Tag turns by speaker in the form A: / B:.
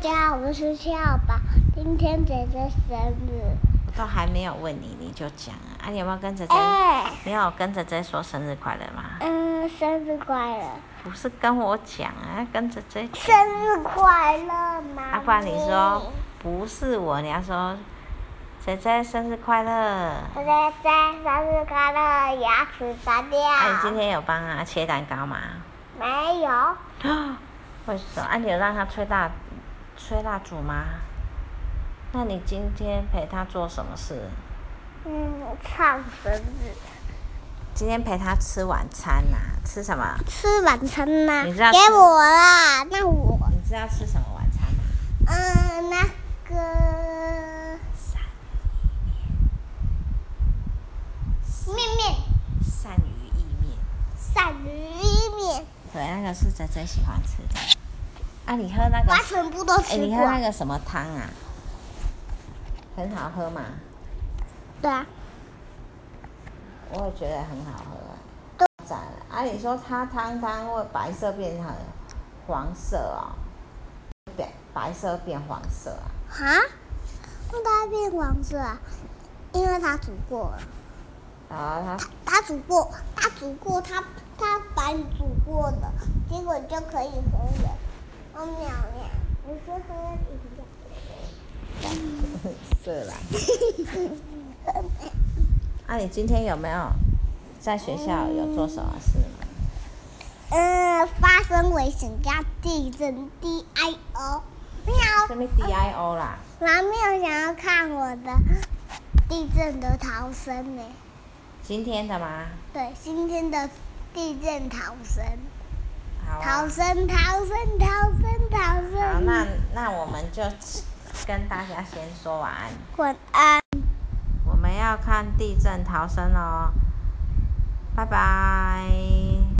A: 家好，我是笑宝。今天姐姐生日，
B: 我都还没有问你，你就讲啊！啊，你有没有跟姐姐？
A: 哎、
B: 你有跟姐姐说生日快乐吗？
A: 嗯，生日快乐，
B: 不是跟我讲啊，跟姐姐讲。
A: 生日快乐嘛！
B: 啊，不然你说不是我，你要说姐姐生日快乐。啊，
A: 姐姐生日快乐，牙齿拔掉。
B: 你哎今天有帮她切蛋糕吗？
A: 哎 没有，
B: 为什么？啊，你有让她吹蜡吹蜡烛吗？那你今天陪她做什么事？
A: 嗯，唱生日，
B: 今天陪她吃晚餐呐、吃什么？
A: 吃晚餐啦、
B: 你知道
A: 给我啦，那我，
B: 你知道吃什么晚餐吗？
A: 嗯，那个面面
B: 鳝鱼意面。
A: 鳝鱼面，
B: 对，那个是仔仔喜欢吃的。啊，你喝那个
A: 我，全部都
B: 哎、
A: 吃
B: 你
A: 过。
B: 喝那个什么汤啊？很好喝嘛，
A: 对啊，
B: 我也觉得很好喝啊。赞啊！你说它汤汤会白色变成黄色哦，变白色变黄色啊？
A: 哈，那它变黄色啊，因为它煮过了，
B: 然后它
A: 它 煮过，它煮过，它它把你煮过的，结果就可以喝了。我秒秒，你是喝饮料？
B: 色啦。啊，你今天有没有在学校有做什么事吗？
A: 嗯，发生危险加地震 D I O。
B: 是
A: 喵，
B: 不是 DIO 啦？
A: 妈咪有想要看我的地震的逃生呢、
B: 今天的吗？
A: 对，今天的地震逃生，
B: 好啊。
A: 逃生，逃生，逃生，逃
B: 好，
A: 生。
B: 那那我们就跟大家先说晚安。
A: 晚安，
B: 我们要看地震逃生哦，拜拜。